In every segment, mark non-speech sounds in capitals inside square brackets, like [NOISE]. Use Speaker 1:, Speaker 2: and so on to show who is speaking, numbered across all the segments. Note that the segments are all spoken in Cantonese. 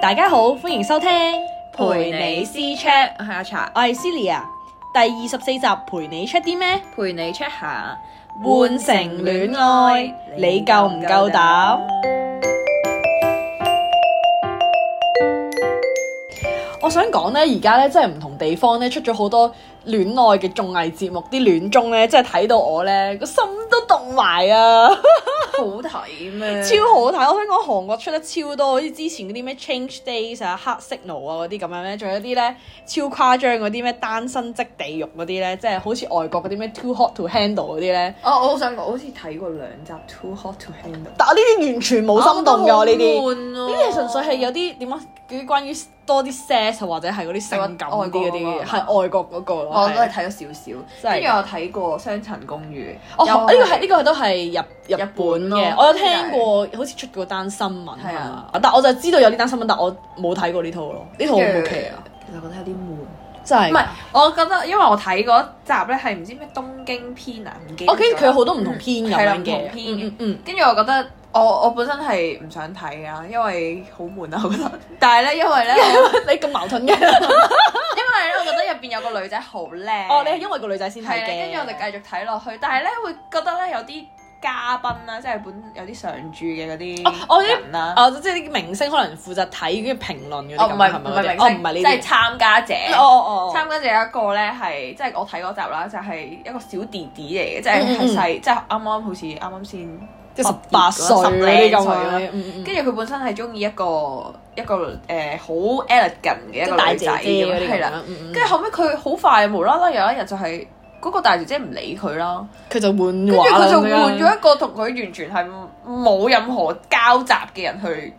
Speaker 1: 大家好，歡迎收聽
Speaker 2: 陪你私 check，我係阿茶，
Speaker 1: 我係 Celia，第二十四集陪你 check 啲咩？
Speaker 2: 陪你 check 下
Speaker 1: 換乘戀愛你夠唔夠膽？我想講呢，而家呢，真係唔同地方呢，出咗好多戀愛嘅綜藝節目，啲戀綜呢，真係睇到我呢個心都凍埋啊！
Speaker 2: 好睇咩？
Speaker 1: 超好睇！我想講韓國出得超多，好似之前嗰啲咩 Change Days 啊、黑 Signal 啊嗰啲咁樣咧，仲有啲咧超誇張嗰啲咩單身即地獄嗰啲咧，即係好似外國嗰啲咩 Too Hot to Handle 嗰啲咧。
Speaker 2: 我哦我好想講，我好似睇過兩集 Too Hot to Handle，
Speaker 1: 但我呢啲完全哦冇心動嘅喎，呢啲
Speaker 2: 啊
Speaker 1: 呢啲係純粹係
Speaker 2: 有
Speaker 1: 有啲點講啊嗰啲關於多啲 sex 啊或者係嗰啲性感啲嗰啲，
Speaker 2: 係
Speaker 1: 係外國嗰個哦咯。
Speaker 2: 我都係
Speaker 1: 係
Speaker 2: 睇咗少少，
Speaker 1: 真係
Speaker 2: 跟住我睇過《雙層公寓》，
Speaker 1: 哦，
Speaker 2: 又
Speaker 1: 呢個係呢個都係日日
Speaker 2: 日
Speaker 1: 本
Speaker 2: 本
Speaker 1: 嘅
Speaker 2: 咯，
Speaker 1: 我有聽過，好似出過單新聞係
Speaker 2: 係
Speaker 1: 嘛
Speaker 2: 啊？
Speaker 1: 但我就知道有呢單新聞，但我冇睇過呢套咯。呢套好唔 OK 啊？
Speaker 2: 其實覺得有啲悶。
Speaker 1: 真係
Speaker 2: 唔係，我覺得因為我睇嗰集咧係唔知咩東京篇啊，唔記得
Speaker 1: 我記得
Speaker 2: 咗
Speaker 1: 佢有好多唔同篇咁
Speaker 2: 係啦
Speaker 1: 樣
Speaker 2: 唔同
Speaker 1: 嘅，
Speaker 2: 篇
Speaker 1: 嗯嗯
Speaker 2: 跟住我覺得我我本身係唔想睇啊，因為好悶啊，我 [LAUGHS] 覺得。但係咧，因為咧，我
Speaker 1: 嗯，你咁矛盾嘅，
Speaker 2: [LAUGHS] 因為咧，我覺得入邊有個女仔好靚。 [LAUGHS]
Speaker 1: 哦，你係因為個女仔先睇
Speaker 2: 係啦，跟
Speaker 1: 嘅，
Speaker 2: 住我哋繼續睇落去，但係咧會覺得咧有啲嘉賓啦，即係本有啲常駐嘅嗰
Speaker 1: 哦我
Speaker 2: 啲
Speaker 1: 啲
Speaker 2: 人啊啦。
Speaker 1: 哦，即係啲明星可能負責睇跟住評論嗰啲
Speaker 2: 哦，
Speaker 1: 咁，
Speaker 2: 唔係
Speaker 1: 係
Speaker 2: 唔
Speaker 1: 咪
Speaker 2: 係
Speaker 1: 嗰啲
Speaker 2: 明
Speaker 1: 哦，唔
Speaker 2: 星，
Speaker 1: 係呢
Speaker 2: 即係啊
Speaker 1: 啲，
Speaker 2: 參加者。
Speaker 1: 哦哦哦，
Speaker 2: 參加者有一個咧係，即係我睇嗰集啦，就係一個小弟弟嚟嘅，即係
Speaker 1: 嗯嗯
Speaker 2: 係細，即係啱啱好似啱啱先
Speaker 1: 即係十八歲嗰啲咁樣，嗯嗯
Speaker 2: 跟住佢本身係中意一個一個誒好 elegant 嘅一
Speaker 1: 即係
Speaker 2: 個
Speaker 1: 大
Speaker 2: 女
Speaker 1: 姐
Speaker 2: 仔
Speaker 1: 姐
Speaker 2: 咁
Speaker 1: 嗰
Speaker 2: 樣
Speaker 1: 啲
Speaker 2: 係
Speaker 1: 咁
Speaker 2: 啦。
Speaker 1: 樣，嗯
Speaker 2: 跟
Speaker 1: 嗯
Speaker 2: 住後尾佢好快無啦啦有一日就係嗰個大姐姐唔理佢啦，
Speaker 1: 佢就換
Speaker 2: 跟住
Speaker 1: 畫啦
Speaker 2: 佢就
Speaker 1: 咁
Speaker 2: 換
Speaker 1: 樣
Speaker 2: 咗一個同佢完全係冇任何交集嘅人去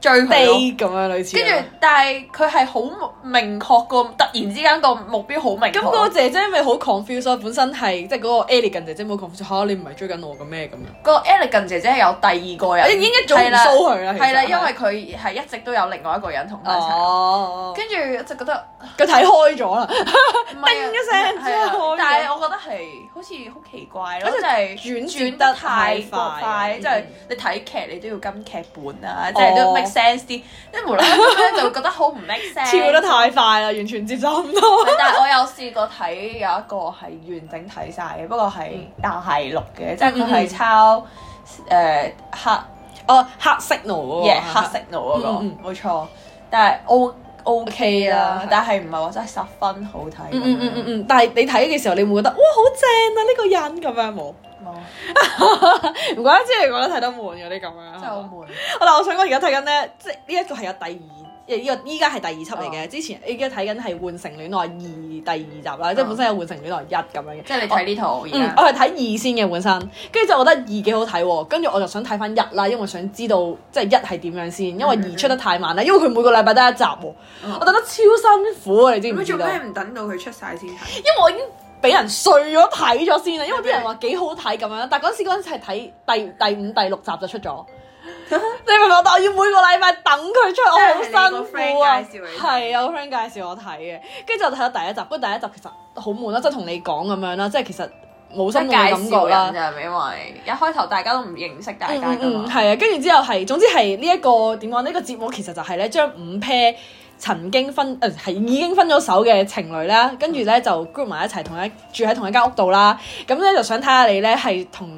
Speaker 2: 追佢咯。
Speaker 1: 地咁樣類似
Speaker 2: 跟
Speaker 1: 啦。
Speaker 2: 住但係佢係好明確個，突然之間個目標好明確。
Speaker 1: 咁嗰個姐姐咪好 confused 咯，本身係即係嗰個 elegant 姐姐冇 confused，嚇你唔係追緊我嘅咩咁樣？
Speaker 2: 個 elegant 姐姐係有第二個人，
Speaker 1: 哦已經一早唔
Speaker 2: 嗯係啦
Speaker 1: show 佢啦，其實
Speaker 2: 係啦，因為佢係一直都有另外一個人同佢一齊。
Speaker 1: 哦，
Speaker 2: 跟住我就覺得。
Speaker 1: 佢睇開咗啦。
Speaker 2: 叮
Speaker 1: 叮一聲之後啊開咗
Speaker 2: 但係我覺得係好似好奇怪咯，
Speaker 1: 好似
Speaker 2: 即係
Speaker 1: 轉
Speaker 2: 轉
Speaker 1: 得
Speaker 2: 得
Speaker 1: 太
Speaker 2: 太
Speaker 1: 快哦
Speaker 2: 快，
Speaker 1: 嗯
Speaker 2: 即係你睇劇你都要跟劇本啊，即係都 make sense 啲，即係無啦啦就會覺得好唔 make sense。
Speaker 1: 跳得太快啦，完全接受唔到。
Speaker 2: 係但係我有試過睇有一個係完整睇晒嘅，不過係
Speaker 1: 嗯
Speaker 2: 大陸嘅，即係佢係抄誒黑
Speaker 1: 哦，黑 signal
Speaker 2: 夜
Speaker 1: 喎，
Speaker 2: 黑 signal 嗰個
Speaker 1: 嗯，
Speaker 2: 冇錯。但係 O O
Speaker 1: 係
Speaker 2: K 啦
Speaker 1: 啊，
Speaker 2: 但係唔係話真係十分好睇咁樣。
Speaker 1: 嗯嗯嗯嗯嗯，但係你睇嘅時候，你會覺得哇好正啊呢個人咁樣冇，
Speaker 2: 冇
Speaker 1: 唔怪得之你覺得睇得悶嗰啲咁樣。
Speaker 2: 真係好悶。
Speaker 1: 但我想講而家睇緊咧，即係呢一個係有第二。誒呢個依家係第二輯嚟嘅，之前依家睇緊係《換乘戀愛二》第二集啦，即係本身有《換乘戀愛一》咁樣嘅。
Speaker 2: 即係你睇呢套而
Speaker 1: 嗯，
Speaker 2: 家
Speaker 1: 我。係睇二先嘅本身，跟住就覺得二幾好睇喎，跟住我就想睇翻一啦，因為想知道即係一係點樣先，因為二出得太慢啦，因為佢每個禮拜得一集喎，
Speaker 2: 嗯
Speaker 1: 我等得超辛苦啊，你知唔
Speaker 2: 咁
Speaker 1: 知
Speaker 2: 做
Speaker 1: 道？
Speaker 2: 咩
Speaker 1: 因
Speaker 2: 唔等到佢出晒先睇？
Speaker 1: 為我已經俾人碎咗睇咗先啦，啊因為啲人話幾好睇咁樣，但嗰陣時嗰陣時係睇第第五、第六集就出咗。 [LAUGHS] 你明唔明我？但我要每個禮拜等佢出，我好辛
Speaker 2: 即係你
Speaker 1: 苦
Speaker 2: 個
Speaker 1: 啊
Speaker 2: friend 介紹你！睇
Speaker 1: 係啊，我 friend 介紹我睇嘅，跟住就睇到第一集。不過第一集其實好悶啦，啊即係同你講咁樣啦，即係其實冇心動嘅感覺啦。
Speaker 2: 就啊係因為一開頭大家都唔認識大家噶
Speaker 1: 嗯嗯，
Speaker 2: 嘛。
Speaker 1: 係啊，跟住之後係，總之係呢一個點講？呢、個節目其實就係咧，將五 pair 曾經分誒係、已經分咗手嘅情侶啦，跟住
Speaker 2: 嗯
Speaker 1: 咧就 group 埋一齊同一住喺同一間屋度啦。咁咧就想睇下你咧係同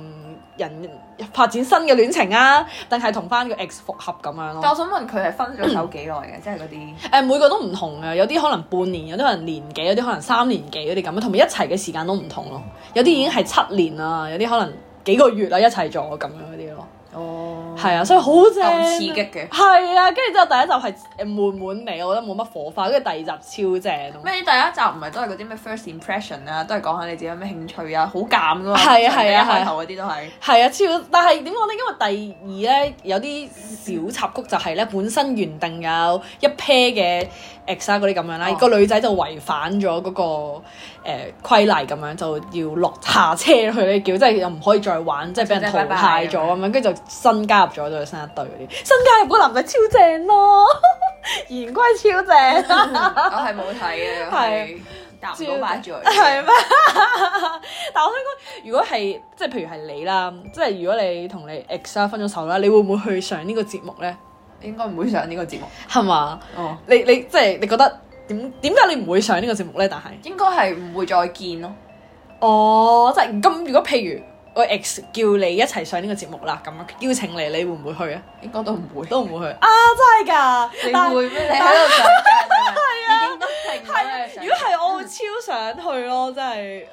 Speaker 1: 人發展新嘅戀情啊，定係同翻個 ex 復合咁樣
Speaker 2: 但
Speaker 1: 咯。
Speaker 2: 我想問佢係分咗手幾耐嘅？即係嗰啲
Speaker 1: 誒、每個都唔同嘅，有啲可能半年，有啲可能年幾，有啲可能三年幾嗰啲咁，同埋一齊嘅時間都唔同咯。有啲已經係七年啦，有啲可能幾個月啦一齊咗咁樣嗰啲咯。
Speaker 2: 哦嗯
Speaker 1: 係啊，所以好正啊
Speaker 2: 咁刺激嘅。
Speaker 1: 係啊，跟住之後第一集係誒悶悶地，我覺得冇乜火花，跟住第二集超正咯。
Speaker 2: 咩？第一集唔係都係嗰啲咩 first impression 啊，都係講下你自己有咩興趣啊，好尷噶嘛。
Speaker 1: 係啊係啊
Speaker 2: 一開頭嗰啲都係。
Speaker 1: 係啊，超！但係點講咧？因為第二咧有啲小插曲就係咧，本身原定有一 pair 嘅 ex 啊嗰啲咁樣啦，
Speaker 2: 哦
Speaker 1: 個女仔就違反咗嗰、個誒、呃、規例咁樣，就要落下車去咧叫，即係又唔可以再玩，即係俾人
Speaker 2: 哦即係
Speaker 1: 淘
Speaker 2: 拜拜
Speaker 1: 汰咗
Speaker 2: 咁
Speaker 1: 咁樣，跟住就新加入咗對新一隊嗰啲，新加入嗰個男仔超正咯， [LAUGHS] 言歸超正。
Speaker 2: 我係冇睇嘅，我係答唔到擺住。
Speaker 1: 係咩？但我想講，如果係即啊係譬如係你啦，即係如果你同你 ex 啦分咗手啦，你會唔會去上呢個節目咧？
Speaker 2: 應該唔會上呢個節目。
Speaker 1: 係嘛？
Speaker 2: 哦，
Speaker 1: 你你即係你覺得點點解你唔會上呢個節目咧？但係
Speaker 2: 應該係唔會再見咯。
Speaker 1: 哦，即係咁。如果譬如我 ex 叫你一齊上呢個節目啦，咁樣邀請你，你會唔會去啊？
Speaker 2: 應該都唔會。
Speaker 1: 都唔會去啊！真係㗎，
Speaker 2: 你
Speaker 1: 但係
Speaker 2: 會咩？你喺度想象係咪？已經得停啦。
Speaker 1: 如果係我會超想去咯，真係。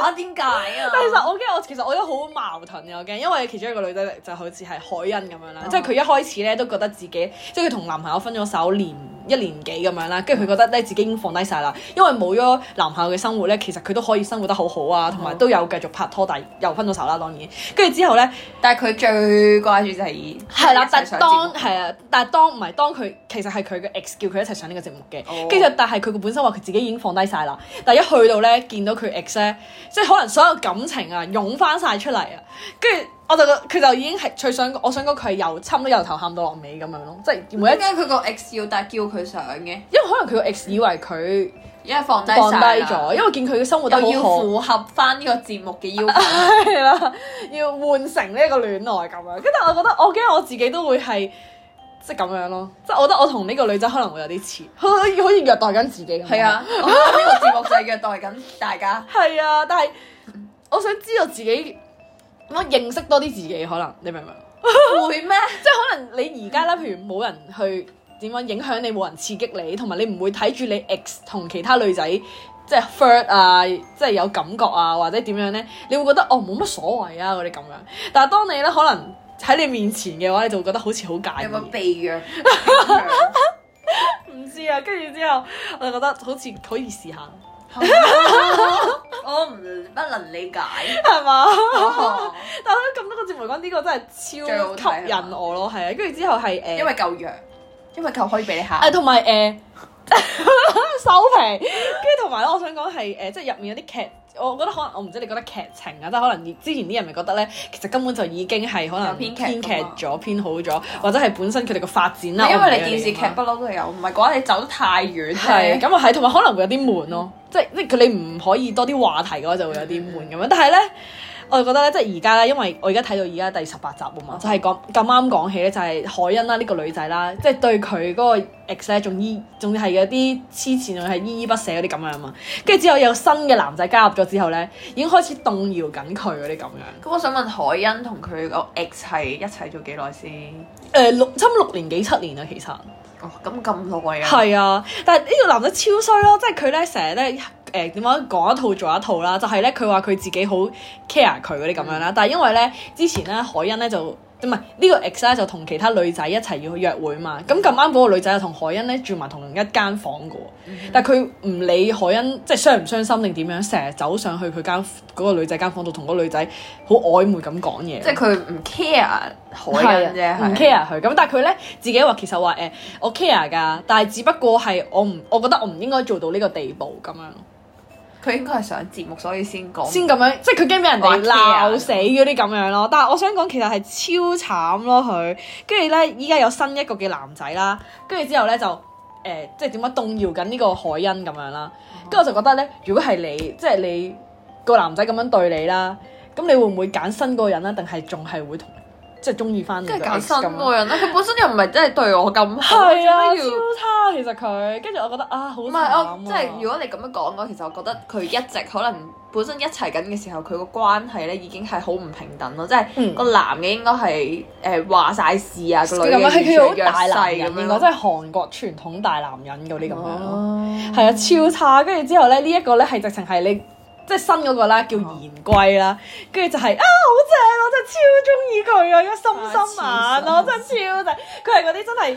Speaker 2: 嚇點解啊？
Speaker 1: 但係其實我驚我其實我都好矛盾嘅，我驚，因為其中一個女仔就好似係海欣咁樣啦，
Speaker 2: 嗯
Speaker 1: 即係佢一開始咧都覺得自己，即係佢同男朋友分咗手年一年幾咁樣啦，跟住佢覺得咧自己已經放低晒啦，因為冇咗男朋友嘅生活咧，其實佢都可以生活得好好啊，同埋
Speaker 2: 嗯
Speaker 1: 都有繼續拍拖，但係又分咗手啦，當然，跟住之後咧。
Speaker 2: 但係佢最關注就係
Speaker 1: 係啦，但係
Speaker 2: 係
Speaker 1: 當係啊，但係當唔係當佢其實係佢嘅 ex 叫佢一齊上呢個節目
Speaker 2: 哦
Speaker 1: 嘅，跟住、但係佢本身話佢自己已經放低晒啦，但係一去到咧見到佢 ex 咧，即係可能所有感情啊湧翻晒出嚟啊，跟住我就覺佢就已經係最想我想講佢係由差唔多由頭喊到落尾咁樣咯，即係每一
Speaker 2: 點解佢個 ex 要但係叫佢上嘅？
Speaker 1: 因為可能佢個 ex 以為佢
Speaker 2: 因為放低
Speaker 1: 放低
Speaker 2: 晒啦
Speaker 1: 咗，因為見佢嘅生活得
Speaker 2: 又要
Speaker 1: 好好。啊
Speaker 2: 符合翻呢個節目嘅要求。
Speaker 1: 係啦，要換成呢一個戀愛咁樣。跟住我覺得，我驚我自己都會係即係咁樣咯。即係我覺得我同呢個女仔可能會有啲似，好好似好似虐待緊自己咁。
Speaker 2: [LAUGHS] 係，啊，我覺得呢個節目就係虐待緊
Speaker 1: [LAUGHS]
Speaker 2: 大家。
Speaker 1: 係啊，但係我想知道自己點樣認識多啲自己，可能你明唔明？
Speaker 2: 會咩？
Speaker 1: 即係可能你而家
Speaker 2: 嗯
Speaker 1: 咧，譬如冇人去點樣影響你，冇人刺激你，同埋你唔會睇住你 ex 同其他女仔即係 flirt 啊，即係有感覺啊，或者點樣咧，你會覺得哦冇乜所謂啊嗰啲咁樣。但係當你咧可能喺你面前嘅話，你就會覺得好似好介
Speaker 2: 有冇
Speaker 1: 意。
Speaker 2: 被虐？
Speaker 1: 唔知啊，跟住之後我就覺得好似可以試
Speaker 2: [LAUGHS]
Speaker 1: 下，
Speaker 2: 我唔不能理解。
Speaker 1: 係嘛？
Speaker 2: Ờ. 哦
Speaker 1: 但係咁多個節目嚟講，呢個真
Speaker 2: 最好
Speaker 1: 係超
Speaker 2: 睇
Speaker 1: 吸引我咯，係啊。跟住之後係誒，
Speaker 2: 因為夠弱，因為夠可以俾
Speaker 1: [LAUGHS]
Speaker 2: 你嚇。
Speaker 1: 誒同埋誒收皮，跟住同埋咧，我想講係呃誒，即係入面有啲劇，我覺得可能我唔知你覺得劇情啊，即係可能之前啲人咪覺得咧，其實根本就已經係可能
Speaker 2: 有編劇
Speaker 1: 編劇
Speaker 2: 㗎嘛
Speaker 1: 咗、編好咗，或者係本身佢哋個發展啦。
Speaker 2: 因
Speaker 1: 我唔理
Speaker 2: 為你電視劇
Speaker 1: 啊
Speaker 2: 不嬲都有，唔係講你走得太遠。
Speaker 1: 係咁啊，係同埋可能會有啲悶咯，即係即係佢你唔可以多啲話題嘅話就會有啲悶咁樣。但係咧，我就覺得咧，即係而家咧，因為我而家睇到而家第十八集啊嘛，就係講咁啱講起咧，就係海欣啦呢個女仔啦，即係對佢嗰個 ex 咧，仲依仲係有啲黐纏，仲係依依不捨嗰啲咁樣啊嘛。跟住之後有新嘅男仔加入咗之後咧，已經開始動搖緊佢嗰啲咁樣。
Speaker 2: 咁我想問海欣同佢個 ex 係一齊咗幾耐先？
Speaker 1: 誒、六差唔多六年幾七年啊，其實。
Speaker 2: 哦，咁咁耐啊！
Speaker 1: 係啊，但係呢個男仔超衰咯，即係佢咧成日咧誒點講講一套做一套啦，就係咧佢話佢自己好 care 佢嗰啲咁樣啦，但係因為咧之前咧海欣咧就唔係呢個 ex 咧就同其他女仔一齊要去約會嘛，咁咁啱嗰個女仔就同海欣咧住埋同一間房嘅喎，但係佢唔理海欣即係傷唔傷心定點樣，成日走上去佢間嗰個女仔間房度同嗰個女仔好曖昧咁講嘢。
Speaker 2: 即係佢唔 care 海欣
Speaker 1: 係
Speaker 2: 啫，
Speaker 1: 啊唔 care 佢。咁但係佢咧自己話其實話誒、我 care 㗎，但係只不過係我唔，我覺得我唔應該做到呢個地步咁樣，
Speaker 2: 佢應該係上節目所以先講。
Speaker 1: 先咁樣，即係佢驚俾人哋
Speaker 2: 話 care
Speaker 1: 鬧死嗰啲咁樣咯。但係我想講其實係超慘咯佢，跟住咧依家有新一個嘅男仔啦，跟住之後咧就誒、即係點樣動搖緊呢個海欣咁樣啦。
Speaker 2: 嗯
Speaker 1: 跟住我就覺得咧，如果係你，即係你個男仔咁樣對你啦，咁你會唔會揀新嗰個人啦？定係仲係會同即係中意翻你
Speaker 2: 跟
Speaker 1: 個
Speaker 2: 住搞
Speaker 1: ex
Speaker 2: 新
Speaker 1: 咁樣
Speaker 2: 嗰個人啦，佢本身又唔係真係對我咁好，
Speaker 1: 係啊，
Speaker 2: 點
Speaker 1: 超
Speaker 2: 解要
Speaker 1: 差其實佢，跟住我覺得啊，好
Speaker 2: 唔
Speaker 1: 慘
Speaker 2: 係
Speaker 1: 啊
Speaker 2: 我即係如果你咁樣講嘅，其實我覺得佢一直可能本身一齊緊嘅時候，佢個關係咧已經係好唔平等咯，即係
Speaker 1: 嗯
Speaker 2: 個男嘅應該係誒話晒事啊，個
Speaker 1: 佢
Speaker 2: 女嘅
Speaker 1: 咁樣，佢
Speaker 2: 完全
Speaker 1: 佢好
Speaker 2: 弱
Speaker 1: 大男
Speaker 2: 勢
Speaker 1: 人
Speaker 2: 咁樣
Speaker 1: 應該，
Speaker 2: 咯
Speaker 1: 即係韓國傳統大男人嗰啲咁樣咯，
Speaker 2: 哦
Speaker 1: 係啊，超差。跟住之後咧，呢一個咧係直情係你即係新嗰個啦，叫言歸啦，跟住就係啊好正，我真係超中意佢啊，一心心
Speaker 2: [LAUGHS]
Speaker 1: 眼
Speaker 2: 啊
Speaker 1: 咯，真係超正。佢係嗰啲真係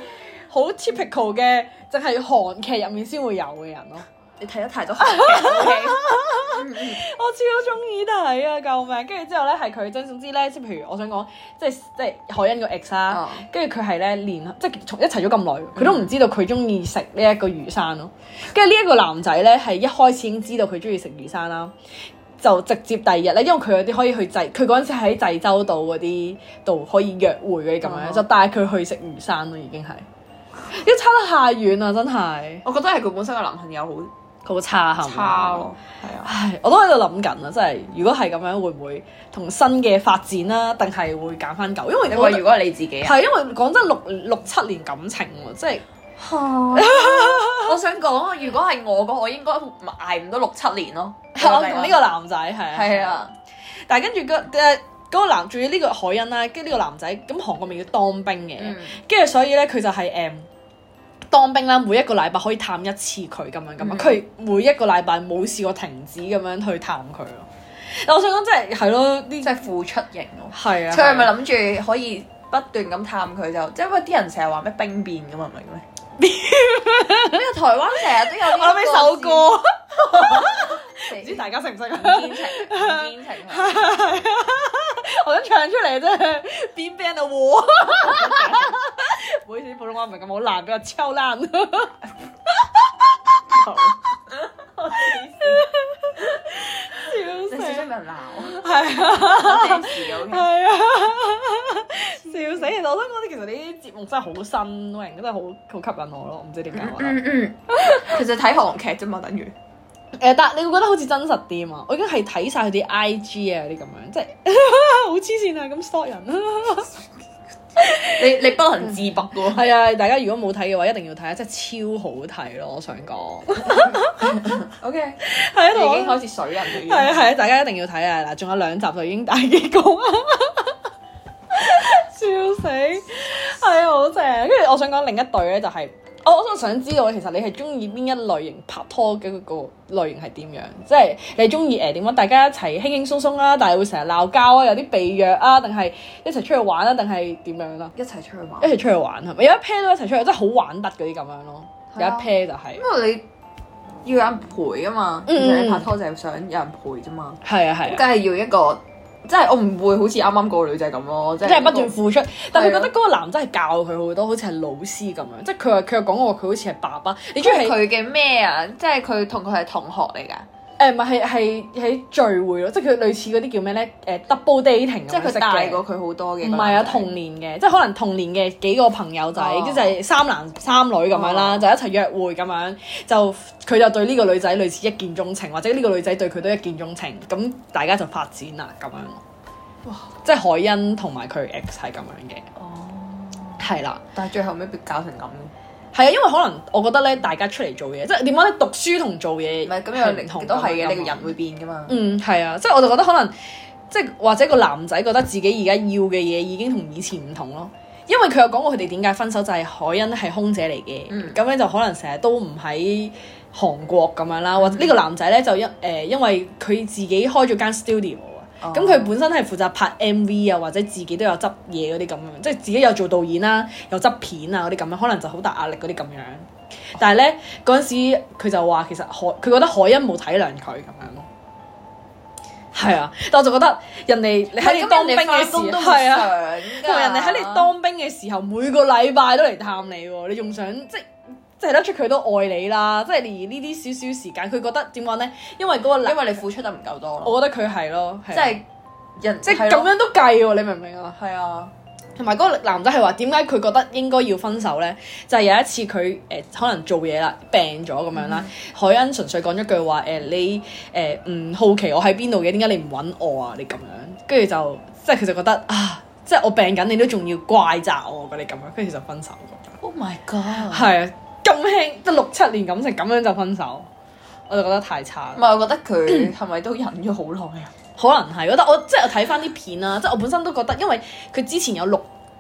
Speaker 1: 好 typical 嘅，淨係韓劇入面先會有嘅人咯。
Speaker 2: 你睇得太多韓劇 OK
Speaker 1: 我超中意睇啊！救命！跟住之後咧，係佢真總之咧，即係譬如我想講，即係即係海欣個 ex 啦
Speaker 2: [LAUGHS] 哦，
Speaker 1: 跟住佢係咧連即係從一齊咗咁耐，佢都唔知道佢中意食呢一個魚生咯。跟住呢一個男仔咧係一開始已經知道佢中意食魚生啦。就直接第二日咧，因為佢有啲可以去濟，佢嗰陣時喺濟州島嗰啲度可以約會嗰啲咁樣，
Speaker 2: 哦
Speaker 1: 就帶佢去食魚生咯，已經係，因為差得太遠啦，真係。
Speaker 2: 我覺得係佢本身個男朋友好
Speaker 1: 好差係嘛？
Speaker 2: 抄係
Speaker 1: [LAUGHS]
Speaker 2: 啊，
Speaker 1: 唉，我都喺度諗緊啊，真係如果係咁樣，會唔會同新嘅發展啦，定係會揀翻舊？因為
Speaker 2: 你
Speaker 1: 我
Speaker 2: 話
Speaker 1: 覺得
Speaker 2: 如果係你自己啊，
Speaker 1: 係因為講真，六六七年感情喎，即係
Speaker 2: [LAUGHS] 我想講，啊如果係我嘅，我應該捱唔到六七年咯。
Speaker 1: [LAUGHS] 我同呢個男仔係啊
Speaker 2: 係，啊，
Speaker 1: 但係跟住嗰誒嗰個男，仲要呢個海恩啦，跟住呢個男仔，咁韓國咪要當兵嘅，
Speaker 2: 嗯
Speaker 1: 跟住所以咧佢就係、誒。當兵啦，每一個禮拜可以探一次佢咁樣咁嘛，
Speaker 2: 嗯
Speaker 1: 佢、每一個禮拜冇試過停止咁樣去探佢咯。但我想講即係係咯，呢
Speaker 2: 即係付出型咯。
Speaker 1: 係啊，
Speaker 2: 佢係咪諗住可以不斷咁探佢就，即係因為啲人成日話咩兵變咁啊，唔係咩？呢個台灣成日都有呢
Speaker 1: 我諗起首歌，
Speaker 2: 唔
Speaker 1: 唔知大家識唔識啊？
Speaker 2: 堅情，唔堅情啊。
Speaker 1: [LAUGHS] 我想唱出嚟啫，邊 band 啊喎！ [LAUGHS] 唔好意思，普通話唔係咁好難，俾我敲爛。 [LAUGHS]
Speaker 2: 你
Speaker 1: 笑
Speaker 2: 小心
Speaker 1: 死！
Speaker 2: 俾人鬧，
Speaker 1: 係啊，
Speaker 2: 關你事嘅 OK
Speaker 1: 係啊， [LAUGHS] 笑死！其實我想講咧，其實呢啲節目真係好新穎，真係好好吸引我咯，唔知點解。我覺得
Speaker 2: 嗯嗯，其實睇韓劇啫嘛，等於
Speaker 1: 誒，但你會覺得好似真實啲啊嘛！我已經係睇晒佢啲 IG 啊嗰啲咁樣，即係 [LAUGHS] 好黐線啊！咁 stalk 人
Speaker 2: 你你不能自拔嘅喎。
Speaker 1: 係啊！大家如果冇睇嘅話，一定要睇啊！真係超好睇咯！我想講，
Speaker 2: O K，
Speaker 1: [LAUGHS] 係啊，
Speaker 2: 你
Speaker 1: 同
Speaker 2: 已
Speaker 1: 我
Speaker 2: 經開始水人哋。
Speaker 1: 係啊係啊，大家一定要睇啊！嗱，仲有兩集就已經大結局啊！ [LAUGHS] 笑死，係啊，好正！跟住我想講另一對咧，就係、我我都想知道，其實你係中意邊一類型拍拖嘅嗰個類型係點樣？即係你中意誒點樣？啊大家一齊輕輕鬆鬆啦，但係會成日鬧交啊，有啲被虐啊，定係一齊出去玩啊，定係點樣啦？
Speaker 2: 一齊出去玩
Speaker 1: 一。齊出去玩係咪？有一 pair 都一齊出去，真係好玩得嗰啲咁樣咯。有
Speaker 2: 係
Speaker 1: 一
Speaker 2: 啊
Speaker 1: pair 就係、
Speaker 2: 因為你要有人陪啊嘛，其
Speaker 1: 嗯
Speaker 2: 實你拍拖就係想有人陪啫嘛，
Speaker 1: 係啊係啊
Speaker 2: 梗。係要一個，即係我唔會好似啱啱嗰個女仔咁咯，即
Speaker 1: 即
Speaker 2: 係啊
Speaker 1: 係不斷
Speaker 2: 一個
Speaker 1: 付出，但佢覺得嗰個男仔係教佢好多，好似係老師咁樣，即係佢話佢又講我佢好似係爸爸，你中
Speaker 2: 因
Speaker 1: 意
Speaker 2: 為
Speaker 1: 係
Speaker 2: 佢嘅咩啊？即係佢同佢係同學嚟㗎，
Speaker 1: 誒唔係係係喺聚會咯，即係佢類似嗰啲叫咩咧誒 double dating 咁樣
Speaker 2: 即係佢
Speaker 1: 識
Speaker 2: 大
Speaker 1: 嘅
Speaker 2: 過佢好多嘅。
Speaker 1: 唔係啊，同年嘅，即係可能同年嘅幾個朋友仔，
Speaker 2: 哦
Speaker 1: 跟住就係三男三女咁樣啦，
Speaker 2: 哦
Speaker 1: 就一齊約會咁樣，就佢就對呢個女仔類似一見鐘情，或者呢個女仔對佢都一見鐘情，咁大家就發展啦咁樣。
Speaker 2: 哇！
Speaker 1: 即係海欣同埋佢 ex 係咁樣嘅，
Speaker 2: 哦，
Speaker 1: 係啦。
Speaker 2: 但係最後尾被搞成咁，
Speaker 1: 係啊，因為可能我覺得咧，大家出嚟做嘢，即係點講咧，讀書同做嘢
Speaker 2: 唔係咁
Speaker 1: 係唔
Speaker 2: 樣
Speaker 1: 同
Speaker 2: 都
Speaker 1: 㗎
Speaker 2: 係
Speaker 1: 嘛
Speaker 2: 嘅，你個人會變㗎嘛。
Speaker 1: 嗯係啊，即係我就覺得可能即係或者個男仔覺得自己而家要嘅嘢已經同以前唔同咯，因為佢有講過佢哋點解分手就係海欣係空姐嚟嘅，
Speaker 2: 嗯
Speaker 1: 咁咧、就可能成日都唔喺韓國咁樣啦，或
Speaker 2: 嗯
Speaker 1: 者呢個男仔咧就因誒、呃因為佢自己開咗間 studio 啊。
Speaker 2: 哦
Speaker 1: 咁佢本身係負責拍 MV 啊，或者自己都有執嘢嗰啲咁樣，即係自己有做導演啦、有執片啊嗰啲咁樣，可能就好大壓力嗰啲咁樣。但係咧嗰陣時，佢就話其實海佢覺得海欣冇體諒佢咁樣咯。係啊，但我就覺得人哋你喺你當兵嘅時候，係啊，
Speaker 2: 啊，
Speaker 1: 同埋人哋喺你當兵嘅時候，每個禮拜都嚟探你喎，你仲想即即係得出佢都愛你啦，即係連呢啲少少時間，佢覺得點講咧？因為嗰個男
Speaker 2: 因為你付出得唔夠多咯，
Speaker 1: 我覺得佢係咯，
Speaker 2: 即
Speaker 1: 哦係啊
Speaker 2: 係人
Speaker 1: 即係
Speaker 2: 係
Speaker 1: 咁
Speaker 2: 咯
Speaker 1: 樣都計喎，你明唔明啊？
Speaker 2: 係啊，
Speaker 1: 同埋嗰個男仔係話點解佢覺得應該要分手呢？就係、有一次佢誒、呃可能做嘢啦，病咗咁樣啦，海恩純粹講咗句話誒、呃你誒唔、好奇我喺邊度嘅，點解你唔揾我啊？你咁樣，跟住就即係佢就覺得啊，即係我病緊，你都仲要怪責我嗰啲咁樣，跟住就分手咁
Speaker 2: Oh my god！
Speaker 1: 樣。係啊，咁輕得六七年感情咁樣就分手，我就覺得太差啦
Speaker 2: 唔。係，我覺得
Speaker 1: [CLEARS THROAT]
Speaker 2: 佢係咪都忍咗好耐啊？
Speaker 1: 可能係，我覺得我即係我睇翻啲片啦，即係我本身都覺得，因為佢之前有錄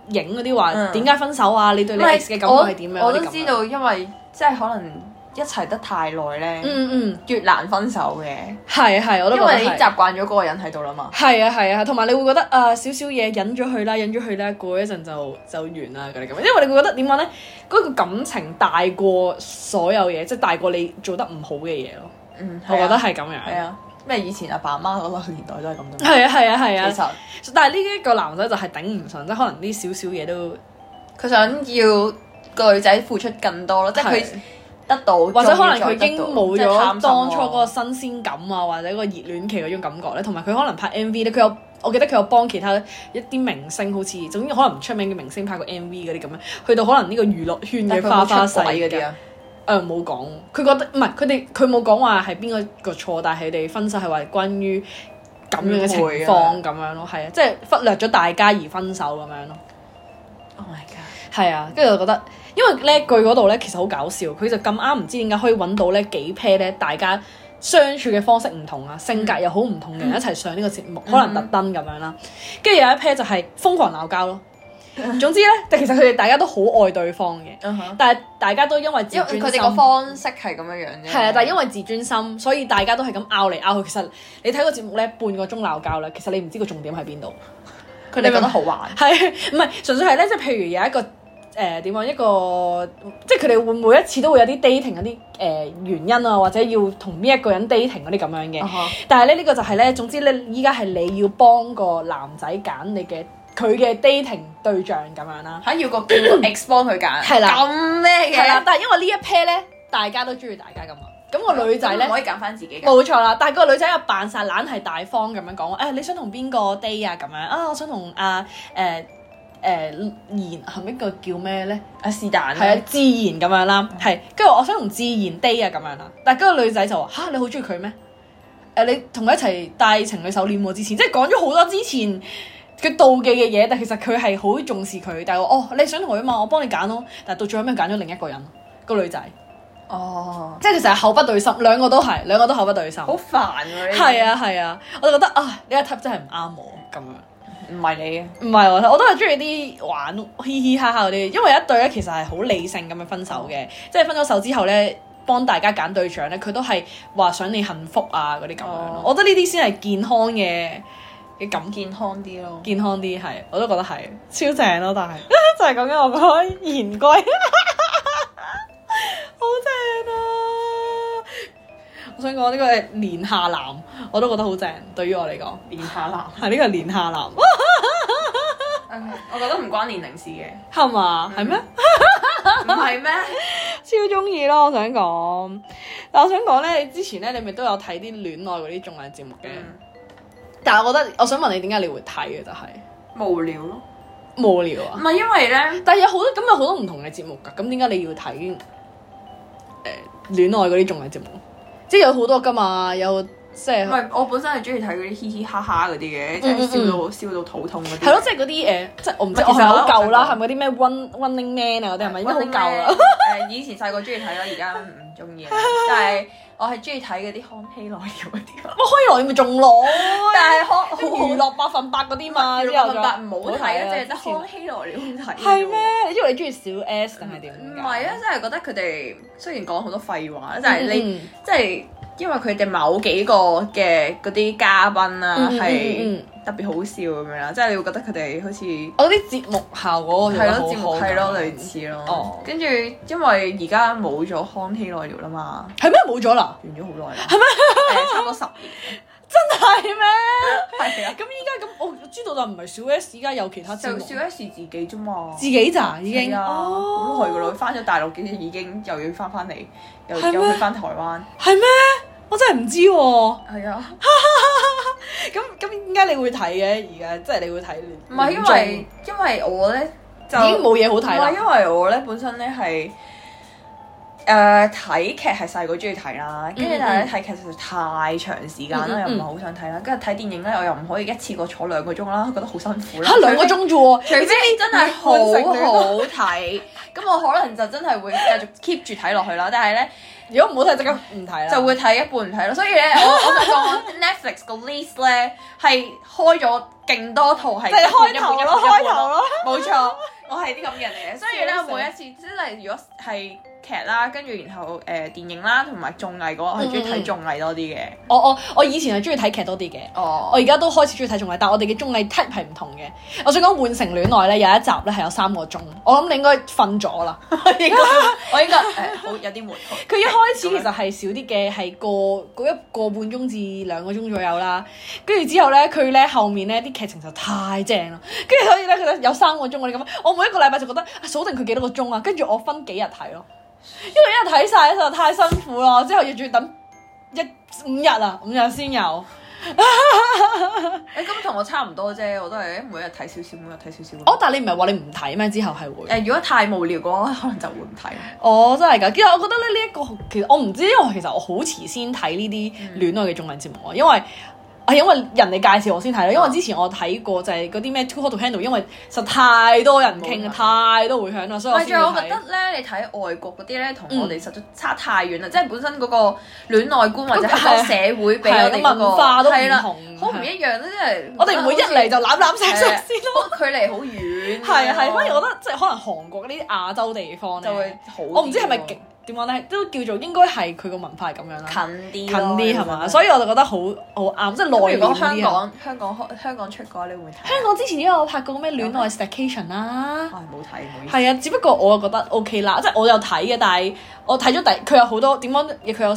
Speaker 1: 影嗰啲話
Speaker 2: 嗯
Speaker 1: 點解分手啊，你對
Speaker 2: 唔
Speaker 1: 你 ex 嘅感覺係點樣？
Speaker 2: 我
Speaker 1: 嗰
Speaker 2: 都
Speaker 1: 啲咁樣
Speaker 2: 知。道，因為即係可能一齊得太耐咧，
Speaker 1: 嗯嗯，
Speaker 2: 越難分手嘅，
Speaker 1: 係係，我都
Speaker 2: 因
Speaker 1: 覺得
Speaker 2: 為你已經
Speaker 1: 係。
Speaker 2: 習慣咗嗰個人喺度啦嘛。
Speaker 1: 係啊係啊，同埋你會覺得啊少少嘢忍咗佢啦，忍咗佢啦，過一陣就就完啦嗰啲咁樣，因為你會覺得點講咧？嗰、個感情大過所有嘢，即係大過你做得唔好嘅嘢咯。
Speaker 2: 嗯，
Speaker 1: 我覺得
Speaker 2: 係
Speaker 1: 係咁樣。
Speaker 2: 啊係啊，咩以前阿爸阿媽嗰個年代都係咁啫嘛。
Speaker 1: 係啊係啊係
Speaker 2: 其
Speaker 1: 啊，
Speaker 2: 實
Speaker 1: 但係呢一個男仔就係頂唔順，即係可能啲少少嘢都
Speaker 2: 佢想要個女仔付出更多咯，即係佢得到，
Speaker 1: 或者可能佢
Speaker 2: 仲要
Speaker 1: 已
Speaker 2: 再得
Speaker 1: 經
Speaker 2: 到
Speaker 1: 冇
Speaker 2: 即係貪
Speaker 1: 咗
Speaker 2: 心
Speaker 1: 當初嗰個
Speaker 2: 咯
Speaker 1: 新鮮感啊，或者個熱戀期嗰種感覺咧，同埋佢可能拍 MV 咧，佢有我記得佢有幫其他一啲明星，好似總之可能唔出名嘅明星拍過 MV 嗰啲咁樣，去到可能呢個娛樂圈嘅
Speaker 2: 但係佢
Speaker 1: 花
Speaker 2: 冇出
Speaker 1: 花世
Speaker 2: 軌
Speaker 1: 界
Speaker 2: 嗰啲，啊，
Speaker 1: 誒冇講，佢覺得唔係佢哋佢冇講話係邊個個錯，但係佢哋分手係話關於咁樣嘅情
Speaker 2: 誤會啊
Speaker 1: 況咁樣咯，係啊，即係忽略咗大家而分手咁樣咯，嗯
Speaker 2: Oh my god！
Speaker 1: 係啊，跟住我就覺得，因為呢句嗰度咧其實好搞笑，佢就咁啱唔知點解可以揾到呢幾 pair 咧，大家相處嘅方式唔同啊，性
Speaker 2: 嗯
Speaker 1: 格又好唔同嘅人一齊上呢個節目，可能特登咁樣啦，跟住有一 pair 就係瘋狂鬧交咯。
Speaker 2: 嗯
Speaker 1: 總之咧，但其實佢哋大家都好愛對方嘅，但係大家都因為自
Speaker 2: Uh-huh 因
Speaker 1: 尊
Speaker 2: 為佢
Speaker 1: 心
Speaker 2: 哋個方式係咁樣樣啫。
Speaker 1: 係啊，但係因為自尊心，所以大家都係咁拗嚟拗去。其實你睇個節目咧，半個鐘鬧交啦，其實你唔知個重點喺邊度。
Speaker 2: 佢哋覺得好玩。
Speaker 1: 係唔係純粹係咧？即係譬如有一個誒點講一個，即係佢哋會每一次都會有啲 dating 嗰啲誒原因啊，或者要同邊一個人 dating 嗰啲咁樣嘅。
Speaker 2: 哦
Speaker 1: 但係咧呢、個就係咧，總之咧依家係你要幫個男仔揀你嘅佢嘅 dating 對象咁樣啦。
Speaker 2: 嚇要個叫 X 幫佢揀，
Speaker 1: 係啦
Speaker 2: 咁咩嘅？
Speaker 1: 係啦，但係因為呢一 pair 咧，大家都中意大家噶嘛。咁、
Speaker 2: 啊
Speaker 1: 個女仔咧
Speaker 2: 唔。可以揀翻自己㗎。
Speaker 1: 冇錯啦，但係個女仔又扮晒懶係大方咁樣講，誒、你想同邊個 day 啊咁樣啊，我想同啊誒誒賢係咪個叫咩咧？
Speaker 2: 啊是但啦
Speaker 1: 係啊，自然咁樣啦，係跟住我想同自然 day 啊咁樣啦，但係嗰個女仔就話吓，你好中意佢咩？誒、你同佢一齊戴情侶手鏈喎，之前即係講咗好多之前。佢妒忌嘅嘢，但其實佢係好重視佢，但係我哦，你想同佢啊嘛，我幫你揀咯，但係到最後尾揀咗另一個人，個女仔，
Speaker 2: 哦，
Speaker 1: 即係其實係口不對心，兩個都係，兩個都口不對心。
Speaker 2: 好煩喎！
Speaker 1: 係
Speaker 2: 啊，
Speaker 1: 啊係啊，我就覺得啊呢一 type 真係唔啱我咁樣。
Speaker 2: 唔係你啊。
Speaker 1: 唔係我，我都係中意啲玩嘻嘻哈哈嗰啲，因為有一對啊咧其實係好理性咁樣分手嘅，即係分咗手之後咧。幫大家揀對象咧，佢都係話想你幸福啊嗰啲咁樣咯
Speaker 2: 哦
Speaker 1: 我覺得呢啲先係健康嘅嘅感
Speaker 2: 健康啲咯，
Speaker 1: 健康啲係，我都覺得係超正咯，但係 [LAUGHS] 就係講緊我個言歸，好 [LAUGHS] 正啊！我想講呢個係年下男，我都覺得好正，對於我嚟講，
Speaker 2: 練下啦。
Speaker 1: 係呢個係年下男， [LAUGHS]
Speaker 2: 嗯我覺得唔關年齡事
Speaker 1: [LAUGHS]
Speaker 2: 嘅，
Speaker 1: 係嘛？係咩？ [LAUGHS]
Speaker 2: 唔係咩？
Speaker 1: 超中意咯！我想講，但我想講咧，你之前咧你咪都有睇啲戀愛嗰啲綜藝節目嘅，
Speaker 2: 嗯
Speaker 1: 但係我覺得，我想問你點解你會睇嘅就係、
Speaker 2: 無聊咯，
Speaker 1: 無聊
Speaker 2: 唔
Speaker 1: 啊！
Speaker 2: 係因為咧，
Speaker 1: 但係有好多咁有好多唔同嘅節目㗎，咁點解你要睇誒、呃、戀愛嗰啲綜藝節目？即係有好多㗎嘛，有即係
Speaker 2: 唔係我本身係中意睇嗰啲嘻嘻哈哈嗰啲嘅，即
Speaker 1: 嗯嗯
Speaker 2: 係笑到笑到肚痛嗰啲。
Speaker 1: 係咯，即係嗰啲誒，即係我唔知
Speaker 2: 唔係
Speaker 1: 我
Speaker 2: 其
Speaker 1: 係
Speaker 2: 實
Speaker 1: 好舊啦，
Speaker 2: 我
Speaker 1: 係咪嗰啲咩 Run Running Man 啊嗰啲係咪應該好舊啦？
Speaker 2: 啦。誒，以前細個中意睇啦，而家唔中意
Speaker 1: [LAUGHS]
Speaker 2: 啦。但係我係中意睇嗰啲康熙來了嗰啲咯。
Speaker 1: [LAUGHS] 我開來咪仲攞，
Speaker 2: 但係康好
Speaker 1: 即係娛樂百分百嗰啲嘛，啊之後
Speaker 2: 娛
Speaker 1: 就
Speaker 2: 樂百唔好睇啊，即係得
Speaker 1: 之前
Speaker 2: 康熙來了好睇。
Speaker 1: 係咩？？因為你中意小 S 定係點
Speaker 2: 唔
Speaker 1: 㗎？
Speaker 2: 係啊，真係覺得佢哋雖然講好多廢話，但係你。
Speaker 1: 嗯，嗯
Speaker 2: 即係因為佢哋某幾個嘅嗰啲嘉賓啊，
Speaker 1: 嗯嗯
Speaker 2: 係
Speaker 1: 嗯
Speaker 2: 特別好笑咁樣啦，即係你會覺得佢哋好似係
Speaker 1: 我啲節目效果做得
Speaker 2: 咯
Speaker 1: 好
Speaker 2: 節目
Speaker 1: 好
Speaker 2: 係咯
Speaker 1: 咁樣
Speaker 2: 類似
Speaker 1: 哦
Speaker 2: 咯，跟住因為而家冇咗康熙來了啦嘛，
Speaker 1: 係咩冇咗啦？
Speaker 2: 完咗好耐啦，係咩？差唔 [LAUGHS] 多十年，
Speaker 1: 真係咩？
Speaker 2: 係啊，
Speaker 1: 咁依家咁我知道就唔係小 S，依家有其他節
Speaker 2: 就
Speaker 1: 目，
Speaker 2: 小 S 自己啫嘛，
Speaker 1: 自己咋已經
Speaker 2: 係啊，好耐噶啦，
Speaker 1: 哦，
Speaker 2: 翻咗大陸嘅已經又要翻翻嚟，又
Speaker 1: 係咩
Speaker 2: 又去翻台灣，
Speaker 1: 係咩？我真係唔知喎、
Speaker 2: 係啊，
Speaker 1: 咁咁點解你會睇嘅？而家即係你會睇
Speaker 2: 唔係因為因為我咧就
Speaker 1: 已經冇嘢好
Speaker 2: 唔
Speaker 1: 睇
Speaker 2: 係
Speaker 1: 啦。
Speaker 2: 因為我咧本身咧係誒睇劇係細個中意睇啦，跟住
Speaker 1: 嗯
Speaker 2: 但係
Speaker 1: 嗯
Speaker 2: 咧睇劇實在太長時間
Speaker 1: 嗯嗯
Speaker 2: 啦，又唔
Speaker 1: 嗯
Speaker 2: 係好想睇啦。跟住睇電影咧，我又唔可以一次過坐兩個鐘啦，覺得好辛苦啦。
Speaker 1: 嚇兩個
Speaker 2: 除非，
Speaker 1: 鐘啫喎，
Speaker 2: 除非真係好
Speaker 1: 你換成
Speaker 2: 好睇，咁我可能就真係會繼續 keep 住睇落去啦。但係咧
Speaker 1: 如果唔好睇即刻唔睇啦，
Speaker 2: 就會睇一半唔睇咯。所以咧，我 [LAUGHS] 我就講 Netflix 個 list 咧係開咗勁多套係
Speaker 1: 即係開
Speaker 2: 一半
Speaker 1: 頭
Speaker 2: 一
Speaker 1: 咯，
Speaker 2: 半一半一半
Speaker 1: 開頭咯。
Speaker 2: 冇錯，我係啲咁嘅人嚟 [LAUGHS] 嘅，所以咧
Speaker 1: 笑死
Speaker 2: 每一次即係如果係劇啦，跟住然後誒、呃、電影啦，同埋綜藝嗰個，我係中意睇綜藝多啲嘅。
Speaker 1: 我我我以前係中意睇劇多啲嘅。我
Speaker 2: 哦，
Speaker 1: 而家都開始中意睇綜藝，但我哋嘅綜藝 type 係唔同嘅。我想講《換成戀愛》咧，有一集咧係有三個鐘，我諗你應該瞓咗
Speaker 2: [LAUGHS]
Speaker 1: 啦。
Speaker 2: 我應該我應該誒好有啲悶。
Speaker 1: 佢一開始其實係少啲嘅，係個嗰一個半鐘至兩個鐘左右啦。跟住之後咧，佢咧後面咧啲劇情就太正啦。跟住所以咧，佢有三個鐘嗰啲咁。我每一個禮拜就覺得啊數定佢幾多個鐘啊，跟住我分幾日睇咯。因為一日睇晒實在太辛苦啦，之後要仲要等一五日啊，五日先有。
Speaker 2: [LAUGHS] 誒咁同我差唔多啫，我都係每日睇少少，每日睇少少。
Speaker 1: 哦，但係你唔係話你唔睇咩？之後係會。
Speaker 2: 誒，如果太無聊嘅話，可能就會唔睇。
Speaker 1: 哦，真係㗎！其實我覺得咧，呢一個其實我唔知，因為其實我好遲先睇呢
Speaker 2: 嗯
Speaker 1: 啲戀愛嘅綜藝節目啊，因為係因為人哋介紹我先睇啦。因
Speaker 2: 哦
Speaker 1: 為之前我睇過就係嗰啲咩 Too Hot to Handle，因為實太多人傾
Speaker 2: 冇
Speaker 1: 啊，太多迴響啦，所以
Speaker 2: 唔
Speaker 1: 我
Speaker 2: 係，
Speaker 1: 先
Speaker 2: 仲有我
Speaker 1: 會
Speaker 2: 覺
Speaker 1: 睇
Speaker 2: 得。咧，你睇嗯外國嗰啲咧，同我哋實在差太遠啦。即係本身嗰個戀愛觀或者係個社會俾我哋
Speaker 1: 係啊
Speaker 2: 嗰個
Speaker 1: 文化都唔
Speaker 2: 係啦啊
Speaker 1: 同
Speaker 2: 好唔一樣咧。即係
Speaker 1: 我哋唔會一嚟就攬攬錫錫先咯。
Speaker 2: 好似距離好遠。
Speaker 1: 係啊係，反而我覺得即係可能韓國呢啲亞洲地方咧
Speaker 2: 就會好啲咯。
Speaker 1: 我唔知係咪極點講咧，都叫做應該係佢個文化係咁樣啦。
Speaker 2: 近啲
Speaker 1: 近
Speaker 2: 咯
Speaker 1: 啲係嘛，所
Speaker 2: 以
Speaker 1: 以我就覺得好好啱，即係
Speaker 2: 如
Speaker 1: 內斂啲
Speaker 2: 果
Speaker 1: 啊
Speaker 2: 香港香港開香港出嘅話，你會唔會睇？
Speaker 1: 香港之前都有拍過咩戀愛 station 啦，
Speaker 2: 我係冇睇，唔好意思。
Speaker 1: 係啊，只不過我又覺得 O K 啦，即係我有睇嘅，但係我睇咗第佢有好多點講，佢有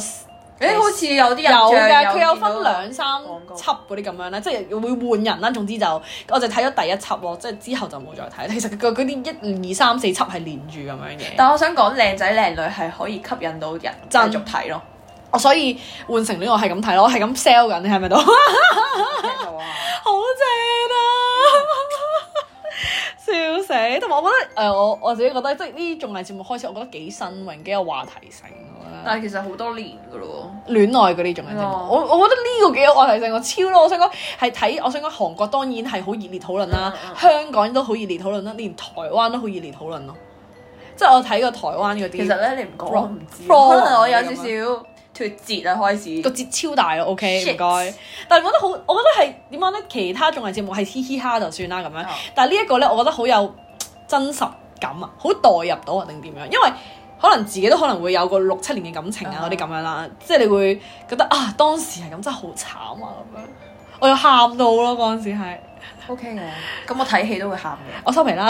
Speaker 2: 誒，好似有啲啊印
Speaker 1: 有
Speaker 2: 象
Speaker 1: 嘅，佢有
Speaker 2: 見到
Speaker 1: 分兩三
Speaker 2: 廣告
Speaker 1: 輯嗰啲咁樣咧，即係會換人啦。總之就我就睇咗第一輯咯，即係之後就冇再睇。 [LAUGHS] 其實佢嗰啲一二三四輯係連住咁樣嘅。
Speaker 2: 但我想講靚仔靚女係可以吸引到人繼
Speaker 1: 真
Speaker 2: 續睇咯。
Speaker 1: 我哦所以換成戀愛係咁睇咯，我係咁 sell 緊，你係咪到？好
Speaker 2: 聽到啊！
Speaker 1: 正啊！ [LAUGHS] 笑死！同埋我覺得誒、呃我我自己覺得即係呢啲綜藝節目開始，我覺得幾新穎，幾有話題性。我覺得
Speaker 2: [LAUGHS] 但係其實好多年㗎咯
Speaker 1: 戀愛嗰啲仲係正，
Speaker 2: 哦
Speaker 1: 我我覺得呢個幾有話題性，我超咯！我想講係睇，我想講韓國當然係好熱烈討論啦，
Speaker 2: 嗯嗯
Speaker 1: 香港都好熱烈討論啦，連台灣都好熱烈討論咯。即係我睇過台灣嗰啲，
Speaker 2: 喎。其實咧，你唔講
Speaker 1: Frog-
Speaker 2: 我唔知，
Speaker 1: Frog
Speaker 2: 可能我有少
Speaker 1: 咁
Speaker 2: 少脱節啊開始 [LAUGHS]
Speaker 1: 個。節超大咯，OK，啊
Speaker 2: Shit
Speaker 1: 唔該。但係我覺得好，我覺得係點講咧？其他綜藝節目係嘻嘻哈就算啦咁樣，
Speaker 2: 哦
Speaker 1: 但係呢一個咧，我覺得好有真實感啊，好代入到啊定點樣？因為可能自己都可能會有個六七年嘅感情啊
Speaker 2: 啊
Speaker 1: 嗰啲咁樣啦，即係你會覺得啊，當時係咁真係好慘啊咁樣，我又喊到咯嗰陣時係，
Speaker 2: OK 嘅，咁我睇戲都會喊嘅。
Speaker 1: 我收皮啦。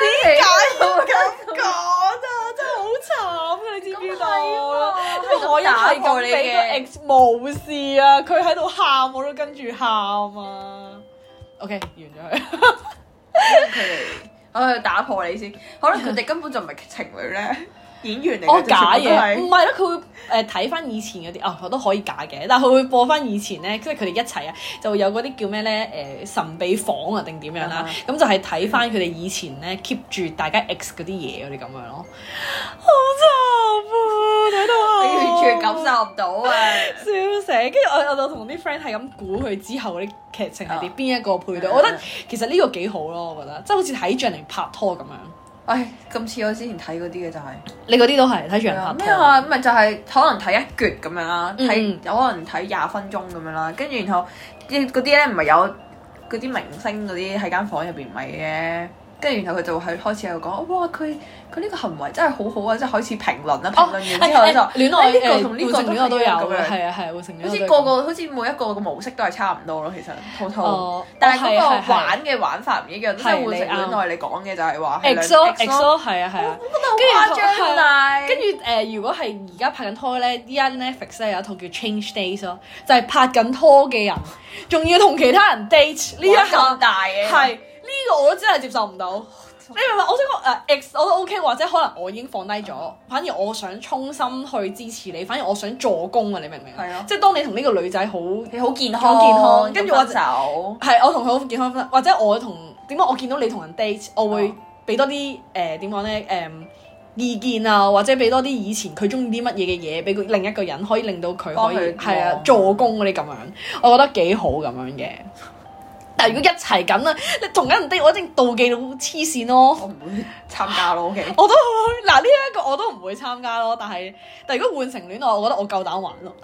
Speaker 2: 點解會 [LAUGHS]
Speaker 1: 講啊，真係好慘啊！你知唔知道？
Speaker 2: 咁係喎啊
Speaker 1: 因為我一係咁俾個 ex 無視啊，佢喺度喊，我都跟住喊啊。OK，完咗佢。
Speaker 2: 佢哋？我去打破你先，可能佢哋根本就唔係情
Speaker 1: [LAUGHS]
Speaker 2: 侶咧，演員嚟嘅。
Speaker 1: 我哦假
Speaker 2: 全部都係
Speaker 1: 嘢，唔係咯，佢會誒呃睇翻以前嗰啲，啊，我都可以假嘅，但係佢會播翻以前咧，即係佢哋一齊啊，就會有嗰啲叫咩咧誒神秘房啊定點樣啦
Speaker 2: 啊，
Speaker 1: 咁就係睇翻佢哋以前咧 keep 住大家 ex 嗰啲嘢嗰啲咁樣咯，好慘啊！睇到
Speaker 2: 你
Speaker 1: 我
Speaker 2: 完全感受唔到啊！
Speaker 1: 笑死！跟住我我就同啲 friend 係咁估佢之後嗰啲劇情係啲
Speaker 2: 啊
Speaker 1: 邊一個配對，
Speaker 2: 嗯
Speaker 1: 我覺得其實呢個幾好咯，我覺得即係好似睇住人哋拍拖咁樣。
Speaker 2: 唉，咁似我之前睇嗰啲嘅就係。
Speaker 1: 你嗰啲都係睇住人拍
Speaker 2: 咩
Speaker 1: 拖，
Speaker 2: 啊？咪就係可能睇一橛咁樣啦，
Speaker 1: 嗯
Speaker 2: 睇有可能睇廿分鐘咁樣啦，跟住然後啲嗰啲咧唔係有嗰啲明星嗰啲喺間房入邊咪嘅，跟住然後佢就係開始喺度講，哇佢佢呢個行為真係好好啊，即係開始評論啦，評論完之
Speaker 1: 啊
Speaker 2: 後
Speaker 1: 誒
Speaker 2: 咧就哎
Speaker 1: 誒戀愛
Speaker 2: 呢個
Speaker 1: 誒
Speaker 2: 同呢個
Speaker 1: 換乘戀愛都有
Speaker 2: 都係咁
Speaker 1: 嘅，
Speaker 2: 樣
Speaker 1: 係啊係啊，換乘戀愛
Speaker 2: 好
Speaker 1: 都
Speaker 2: 似
Speaker 1: 有
Speaker 2: 個個好似每一個嘅模式都係差唔多咯，其實套套。
Speaker 1: 哦，
Speaker 2: 但係嗰
Speaker 1: 哦係係
Speaker 2: 個
Speaker 1: 係
Speaker 2: 玩嘅玩法唔一樣，即係
Speaker 1: 係
Speaker 2: 換成
Speaker 1: 你啱
Speaker 2: 戀愛你講嘅就係話係
Speaker 1: X 咯
Speaker 2: 兩
Speaker 1: X 咯，係啊係啊。
Speaker 2: 好誇張啊但係
Speaker 1: 跟住誒、呃如果係而家拍緊拖咧，依家 Netflix 咧有一套叫 Change Days 咯，就係、拍緊拖嘅人，仲要同其他人 date 呢
Speaker 2: 玩
Speaker 1: 一
Speaker 2: 咁
Speaker 1: 下。
Speaker 2: 大嘅
Speaker 1: 係呢、個我都真係接受唔
Speaker 2: 哦
Speaker 1: 到。你明唔明？我想講誒 X 我都 OK，或者可能我已經放低咗，反而我想衷心去支持你，反而我想助攻啊！你明唔明？
Speaker 2: 係啊
Speaker 1: 即係當你同呢個女仔好
Speaker 2: 你好健康，
Speaker 1: 好健康跟住我
Speaker 2: 咁分手。
Speaker 1: 係我同佢好健康分，或者我同點解我見到你同人 date，我會
Speaker 2: 哦
Speaker 1: 俾多啲誒點講咧誒意見啊，或者俾多啲以前佢中意啲乜嘢嘅嘢俾佢另一個人，可以令到佢可
Speaker 2: 幫
Speaker 1: 以
Speaker 2: 佢
Speaker 1: 係啊
Speaker 2: 忙
Speaker 1: 助攻嗰啲咁樣，我覺得幾好咁樣嘅。但係如果一齊緊啦，你同緊人 date，我一定妒忌到黐線咯。
Speaker 2: 我唔會參
Speaker 1: [LAUGHS]
Speaker 2: 加咯，OK。
Speaker 1: 我都會嗱呢一個我都唔會參加咯，但係但係如果換成戀愛，我覺得我夠膽玩咯。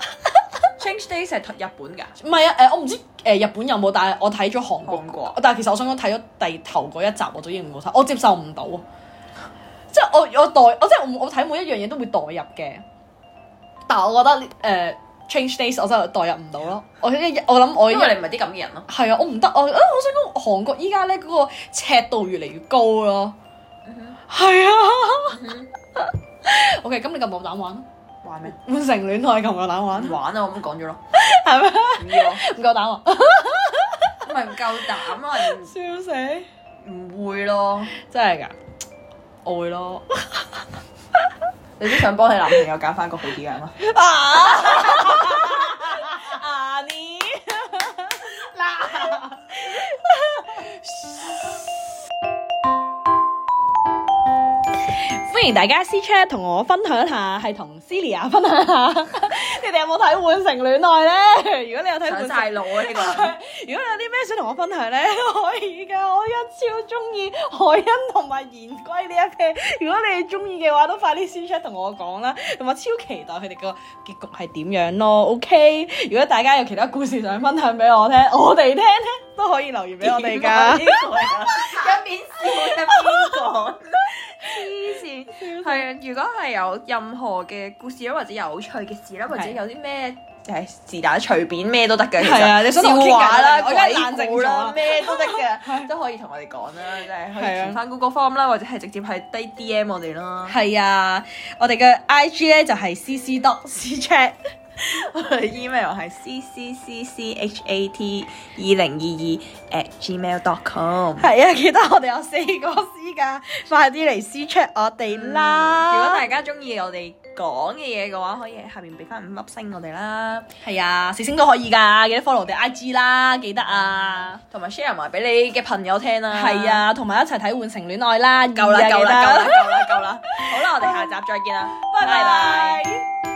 Speaker 2: Change Days 係日本㗎，
Speaker 1: 唔係啊，誒、我唔知誒、日本有冇，但係我睇咗韓國
Speaker 2: 韓國
Speaker 1: 但係其實我想講睇咗第頭嗰一集我都已經冇睇，我接受唔到啊！即係我我代我即係我我睇每一樣嘢都會代入嘅，但係我覺得誒、Change Days 我真係代入唔到咯。我一我諗我一
Speaker 2: 因為你唔係啲咁嘅人咯。
Speaker 1: 係啊，我唔得我啊！我想講韓國依家咧嗰個尺度越嚟越高咯，
Speaker 2: 嗯
Speaker 1: 係啊。OK，咁你夠唔夠膽玩啊？
Speaker 2: 玩咩？
Speaker 1: 換成戀愛夠唔夠膽玩？
Speaker 2: 玩啊！我咁講咗咯，
Speaker 1: 係咩？
Speaker 2: 唔要咯，
Speaker 1: 唔夠膽
Speaker 2: [LAUGHS]
Speaker 1: 啊！
Speaker 2: 唔係唔夠膽啊，
Speaker 1: 笑死！
Speaker 2: 唔會咯。
Speaker 1: 真係㗎，我會 [LAUGHS] 咯。
Speaker 2: 你都想幫你男朋友揀翻個好啲嘅人嘛？
Speaker 1: [LAUGHS] 啊！ [LAUGHS] 歡迎大家私 chat 同我分享一下，係同 Celia 分享一下， [LAUGHS] 你哋有冇睇《換城戀愛》咧？ [LAUGHS] 如果你有睇《換
Speaker 2: 上
Speaker 1: 城
Speaker 2: 晒腦啊呢個人。
Speaker 1: 如果你有啲咩想同我分享咧， [LAUGHS] 可以㗎，我而家超中意 [LAUGHS] 海欣同埋言歸呢一 pair。如果你哋中意嘅話，都快啲私 chat 同我講啦，同埋超期待佢哋個結局係點樣咯。OK，如果大家有其他故事想分享俾我聽，我哋聽咧都可以留言俾我哋
Speaker 2: 啊
Speaker 1: 㗎。
Speaker 2: 一邊笑一邊講，黐線。係啊，如果係有任何嘅故事啦，或者有趣嘅事啦，或者有啲咩誒是但隨便咩都得嘅，其實
Speaker 1: 係啊你想同我傾偈
Speaker 2: 笑話啦、
Speaker 1: 我而家冷靜
Speaker 2: 鬼故
Speaker 1: 咗
Speaker 2: 啦
Speaker 1: 啊，
Speaker 2: 咩都得嘅，都可以同我哋講啦，即係可
Speaker 1: 係
Speaker 2: 以
Speaker 1: 啊
Speaker 2: 填翻 Google Form 啦，或者係直接係低 DM 我哋啦。
Speaker 1: 係 [LAUGHS] 啊，我哋嘅 IG 咧就係 cc dot c chat。
Speaker 2: 我哋 email 係 c c c c h a t 二零二二 at gmail dot com。
Speaker 1: 係啊，記得我哋有四個 C 㗎，快啲嚟 C check 我哋啦。
Speaker 2: 嗯如果大家中意我哋講嘅嘢嘅話，可以喺下面俾翻五粒星我哋啦，
Speaker 1: 係啊，四星都可以㗎，記得 follow 我哋 IG 啦，記得啊。
Speaker 2: 同埋 share 埋俾你嘅朋友聽啦。
Speaker 1: 係，啊，同埋一齊睇《換城戀愛》啦。
Speaker 2: 夠啦
Speaker 1: 二啊
Speaker 2: 夠啦夠啦，
Speaker 1: 記
Speaker 2: 夠啦夠啦，好啦，我哋下集再見啦，
Speaker 1: [LAUGHS] 得拜
Speaker 2: 拜拜
Speaker 1: 拜。